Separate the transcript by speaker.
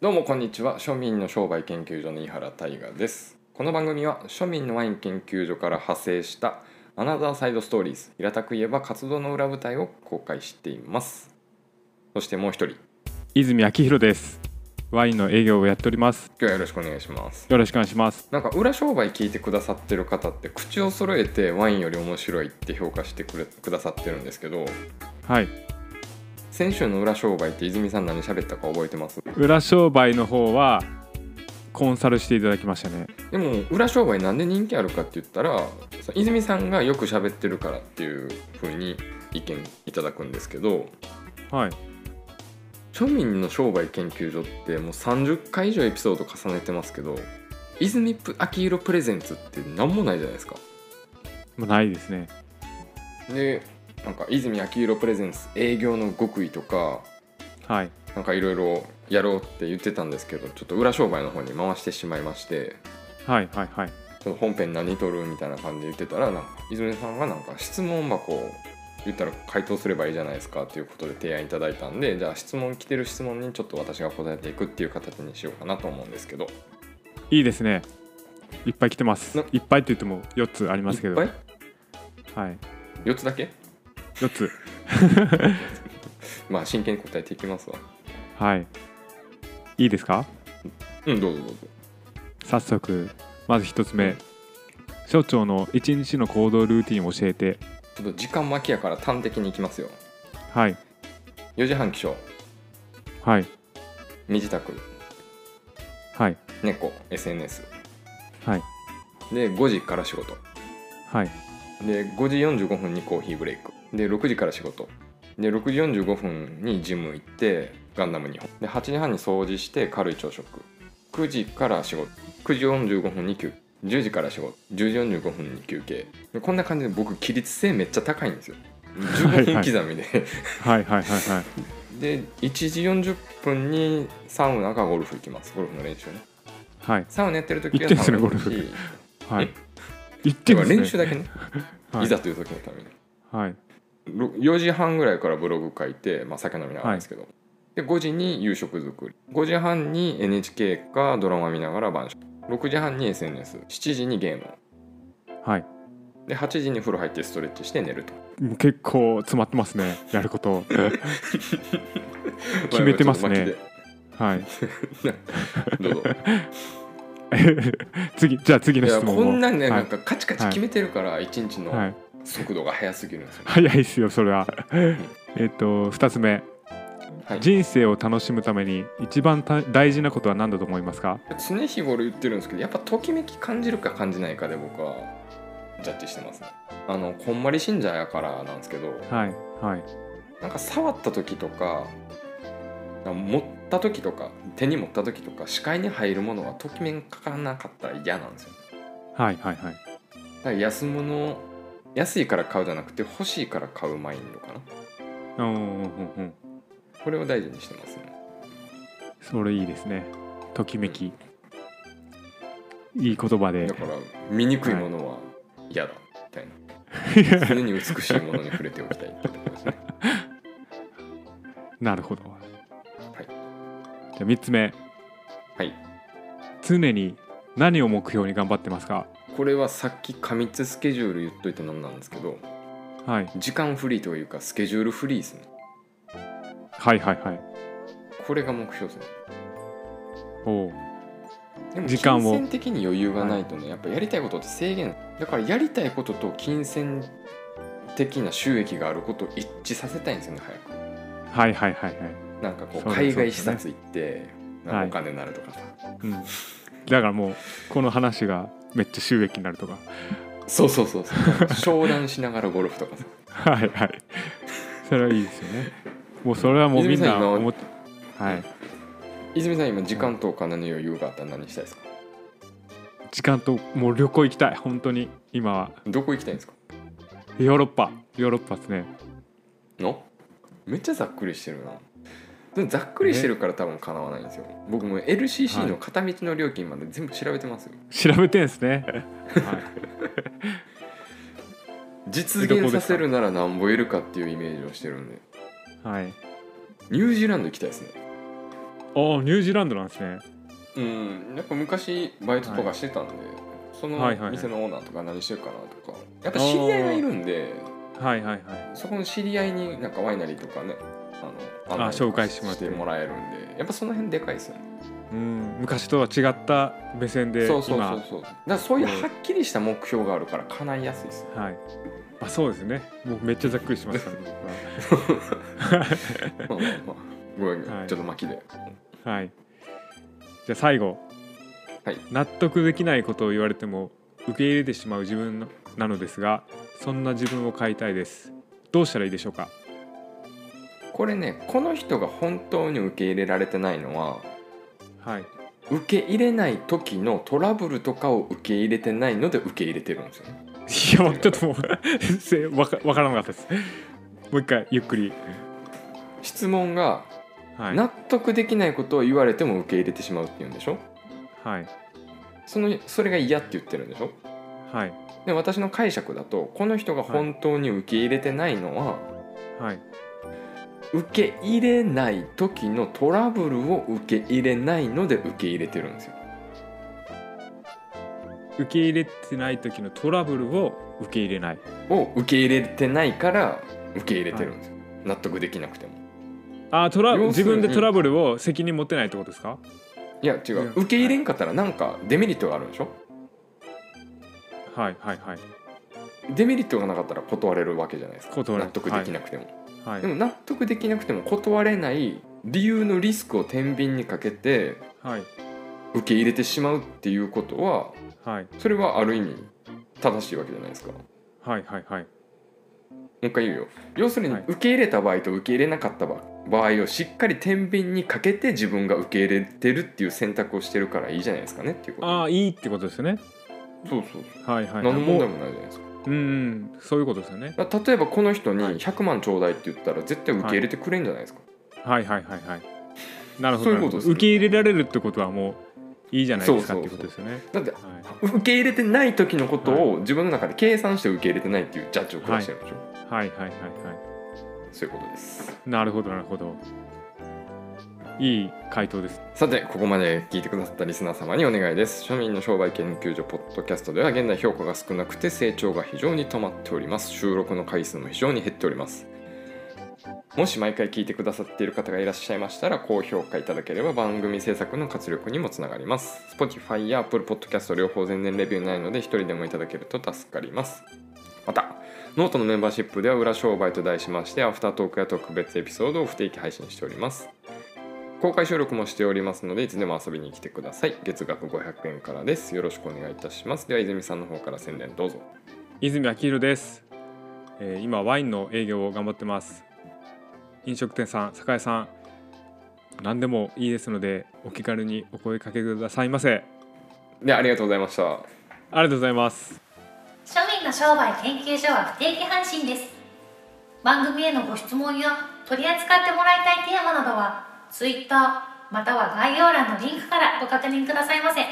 Speaker 1: どうもこんにちは庶民の商売研究所の井原大賀ですこの番組は庶民のワイン研究所から派生したアナザーサイドストーリーズ平たく言えば活動の裏舞台を公開していますそしてもう一人
Speaker 2: 泉明弘ですワインの営業をやっております
Speaker 1: 今日はよろしくお願いします
Speaker 2: よろしくお願いします
Speaker 1: なんか裏商売聞いてくださってる方って口を揃えてワインより面白いって評価してくれくださってるんですけど
Speaker 2: はい
Speaker 1: 先週の裏商売って泉さん何喋ったか覚えてます
Speaker 2: 裏商売の方はコンサルしていただきましたね
Speaker 1: でも裏商売なんで人気あるかって言ったらその泉さんがよく喋ってるからっていう風に意見いただくんですけど
Speaker 2: はい
Speaker 1: 庶民の商売研究所ってもう30回以上エピソード重ねてますけど泉秋色プレゼンツって何もないじゃないですか
Speaker 2: もうないですね
Speaker 1: でなんか泉秋色プレゼンツ営業の極意とか
Speaker 2: はい
Speaker 1: なんかいろいろやろうって言ってたんですけどちょっと裏商売の方に回してしまいまして
Speaker 2: はいはいはい
Speaker 1: ちょっと本編何撮るみたいな感じで言ってたらなんか泉さんがなんか質問箱を言ったら回答すればいいじゃないですかということで提案いただいたんでじゃあ質問来てる質問にちょっと私が答えていくっていう形にしようかなと思うんですけど
Speaker 2: いいですねいっぱい来てます
Speaker 1: ない
Speaker 2: っぱいって言っても4つありますけど
Speaker 1: いっぱ
Speaker 2: はい
Speaker 1: い4つだけ
Speaker 2: 4つ
Speaker 1: まあ真剣に答えていきますわ
Speaker 2: はいいいですか
Speaker 1: うんどうぞどうぞ
Speaker 2: 早速まず1つ目所長の1日の行動ルーティンを教えて
Speaker 1: ちょっと時間巻きやから端的にいきますよ
Speaker 2: はい
Speaker 1: 4時半起床
Speaker 2: はい
Speaker 1: 身支度
Speaker 2: はい
Speaker 1: 猫 SNS
Speaker 2: はい
Speaker 1: で5時から仕事
Speaker 2: はい
Speaker 1: で5時45分にコーヒーブレイクで6時から仕事で6時45分にジム行ってガンダム2本で8時半に掃除して軽い朝食9時から仕事9時45分に休10時から仕事10時45分に休憩でこんな感じで僕規律性めっちゃ高いんですよ15分刻みで
Speaker 2: はいはいはいはい
Speaker 1: で1時40分にサウナかゴルフ行きますゴルフの練習ね
Speaker 2: はい
Speaker 1: サウナやってる時は
Speaker 2: 行ってんすね
Speaker 1: サウナ行くし
Speaker 2: ゴルはい
Speaker 1: え
Speaker 2: 言って
Speaker 1: だ
Speaker 2: ま
Speaker 1: か
Speaker 2: す
Speaker 1: ら
Speaker 2: ね
Speaker 1: 練習だけね、
Speaker 2: はい
Speaker 1: いざという時のために
Speaker 2: はい
Speaker 1: ろ4時半ぐらいからブログ書いて、まあ、酒飲みながらですけど、で5時に夕食作り5時半に NHK かドラマ見ながら晩食6時半に SNS7 時にゲーム
Speaker 2: はい
Speaker 1: で8時に風呂入ってストレッチして寝ると
Speaker 2: もう結構詰まってま すねやること 決めてますねはい
Speaker 1: どうぞ
Speaker 2: 次じゃあ次
Speaker 1: い
Speaker 2: の
Speaker 1: や
Speaker 2: 質問を
Speaker 1: こんなんね
Speaker 2: は
Speaker 1: ないんかカチカチ決めてるから一日
Speaker 2: は
Speaker 1: の
Speaker 2: い、
Speaker 1: 速度が速すぎるんですよ、
Speaker 2: 早いですよそれはえっと2つ目、
Speaker 1: はい
Speaker 2: 人生を楽しむために一番た大事なことは何だと思いますか
Speaker 1: 常日頃言ってるんですけどやっぱときめき感じるか感じないかで僕はジャッジしてますねあのこんまり信者やからなんですけど、
Speaker 2: はいはい
Speaker 1: なんか触った時とか持った時とか手に持った時とか視界に入るものはときめかからなかったら嫌なんですよ
Speaker 2: はいはいは
Speaker 1: だ
Speaker 2: い
Speaker 1: から安物安いから買うじゃなくて欲しいから買うマインドかな
Speaker 2: うんうんうんうん
Speaker 1: これを大事にしてますね
Speaker 2: それいいですねときめきいい言葉で
Speaker 1: だから醜いものは嫌だみたいな常に美しいものに触れておきたいってところですね
Speaker 2: なるほど、
Speaker 1: い
Speaker 2: じゃあ3つ目
Speaker 1: はい
Speaker 2: 常に何を目標に頑張ってますか
Speaker 1: これはさっき過密スケジュール言っといてなんなんですけど
Speaker 2: はい
Speaker 1: 時間フリーというかスケジュールフリーですね
Speaker 2: はいはいはい
Speaker 1: これが目標ですね
Speaker 2: おお
Speaker 1: でも
Speaker 2: 時間を
Speaker 1: 金銭的に余裕がないとねやっぱやりたいことって制限だからやりたいことと金銭的な収益があることを一致させたいんですよね早
Speaker 2: はいはいはいはい、
Speaker 1: くなんかこう
Speaker 2: そうで
Speaker 1: 海
Speaker 2: す
Speaker 1: 外視察行って、
Speaker 2: ね
Speaker 1: なん
Speaker 2: はい
Speaker 1: かお金になるとかさ、
Speaker 2: うん、だからもうこの話がめっちゃ収益になるとか
Speaker 1: そうそうそう そう商談しながらゴルフとかさ
Speaker 2: はいはいそれはいいですよねもうそれはもうみん
Speaker 1: 泉さん
Speaker 2: な
Speaker 1: 今
Speaker 2: 思ってはい
Speaker 1: 泉さん今時間とお金の余裕があったら何したいですか
Speaker 2: 時間ともう旅行行きたい本当に今は
Speaker 1: どこ行きたいんですか
Speaker 2: ヨーロッパヨーロッパですね
Speaker 1: のめっちゃざっくりしてるなでもざっくりしてるから多分かなわないんですよ僕もう LCC の片道の料金まで全部調べてますよ、
Speaker 2: 調べてんです ね、はい
Speaker 1: 実現させるならなんぼいるかっていうイメージをしてるんで
Speaker 2: はい、
Speaker 1: ニュージーランド行きたいですね
Speaker 2: ああニュージーランドなんですね
Speaker 1: うんやっぱ昔バイトとかしてたんで、その
Speaker 2: はいはいはい
Speaker 1: 店のオーナーとか何してるかなとかやっぱ知り合いがいるんで
Speaker 2: はいはいはい
Speaker 1: そこの知り合いになんかワイナリーとかねあの
Speaker 2: あ紹介してもらっ
Speaker 1: しててもらえるんでやっぱその辺でかいですよね
Speaker 2: うん昔とは違った目線で
Speaker 1: そうそうそう
Speaker 2: 今
Speaker 1: そうだからそういうはっきりした目標があるから叶いやすいです
Speaker 2: はいあそうですねもうめっちゃざっくりしましたね僕
Speaker 1: まあま
Speaker 2: は
Speaker 1: あまあごめん、
Speaker 2: はい
Speaker 1: ちょっと巻きで
Speaker 2: はい。じゃあ最後、
Speaker 1: はい
Speaker 2: 納得できないことを言われても受け入れてしまう自分のなのですが、そんな自分を変えたいです。どうしたらいいでしょうか。
Speaker 1: これねこの人が本当に受け入れられてないのは
Speaker 2: はい。
Speaker 1: 受け入れない時のトラブルとかを受け入れてないので受け入れてるんですよね
Speaker 2: いやちょっともうせわかわからなかったです。もう一回ゆっくり。
Speaker 1: 質問が
Speaker 2: はい。
Speaker 1: 納得できないことを言われても受け入れてしまうって言うんでしょ
Speaker 2: はい。
Speaker 1: そのそれが嫌って言ってるんでしょ
Speaker 2: はい。
Speaker 1: で私の解釈だとこの人が本当に受け入れてないのは、
Speaker 2: はい。
Speaker 1: 受け入れない時のトラブルを受け入れないので受け入れてるんですよ
Speaker 2: 受け入れてない時のトラブルを受け入れない。
Speaker 1: を受け入れてないから受け入れてるんですよ、納得できなくても
Speaker 2: あートラ
Speaker 1: 要す
Speaker 2: 自
Speaker 1: るに
Speaker 2: 分でトラブルを責任持ってないってことですか。
Speaker 1: いや違
Speaker 2: いや
Speaker 1: う受け入れんかったらなんかデメリットがあるんでしょ
Speaker 2: はいはいはい。
Speaker 1: デメリットがなかったら断れるわけじゃないですか
Speaker 2: 断れる
Speaker 1: 納得できなくても、
Speaker 2: はい
Speaker 1: でも納得できなくても断れない理由のリスクを天秤にかけて
Speaker 2: はい
Speaker 1: 受け入れてしまうっていうことは
Speaker 2: はい
Speaker 1: それはある意味正しいわけじゃないですかも
Speaker 2: はいはいはい。
Speaker 1: う一回言うよ要するに
Speaker 2: はい
Speaker 1: 受け入れた場合と受け入れなかった場合をしっかり天秤にかけて自分が受け入れてるっていう選択をしてるからいいじゃないですかねっていうこと
Speaker 2: ああいいってことですよね。
Speaker 1: そうそう
Speaker 2: はいはい、はい、
Speaker 1: 何の問題
Speaker 2: も
Speaker 1: もないじゃないですか
Speaker 2: ううんうんそういうことですよね
Speaker 1: だから例えばこの人に
Speaker 2: はい
Speaker 1: 100万ちょうだいって言ったら絶対受け入れてくれんじゃないですか、
Speaker 2: はいはいはいはいなるほど
Speaker 1: そういうことですね
Speaker 2: 受け入れられるってことはもういいじゃないですかっ
Speaker 1: そうそ
Speaker 2: て
Speaker 1: う
Speaker 2: こ
Speaker 1: そう
Speaker 2: とですよね
Speaker 1: だって
Speaker 2: はい
Speaker 1: 受け入れてない時のこと
Speaker 2: は
Speaker 1: を自分の中で計算して受け入れてないっていうジャッジを下してるでしょ、
Speaker 2: はいはいはいは
Speaker 1: そういうことです
Speaker 2: いなるほどなるほどいい回答です
Speaker 1: さてここまで聞いてくださったリスナー様にお願いです庶民の商売研究所ポッドキャストでは現在評価が少なくて成長が非常に止まっております収録の回数も非常に減っておりますもし毎回聞いてくださっている方がいらっしゃいましたら高評価いただければ番組制作の活力にもつながります Spotify や Apple Podcast 両方全然レビューないので一人でもいただけると助かりますまたノートのメンバーシップでは裏商売と題しましてアフタートークや特別エピソードを不定期配信しております公開収録もしておりますのでいつでも遊びに来てください月額500円からですよろしくお願いいたしますでは泉さんの方から宣伝どうぞ
Speaker 2: 泉明宏です、えー今ワインの営業を頑張ってます飲食店さん酒屋さん何でもいいですのでお気軽にお声かけくださいませ
Speaker 1: でありがとうございました
Speaker 2: ありがとうございます
Speaker 3: 庶民の商売研究所は不定期配信です番組へのご質問や取り扱ってもらいたいテーマなどは Twitter または概要欄のリンクからご確認くださいませ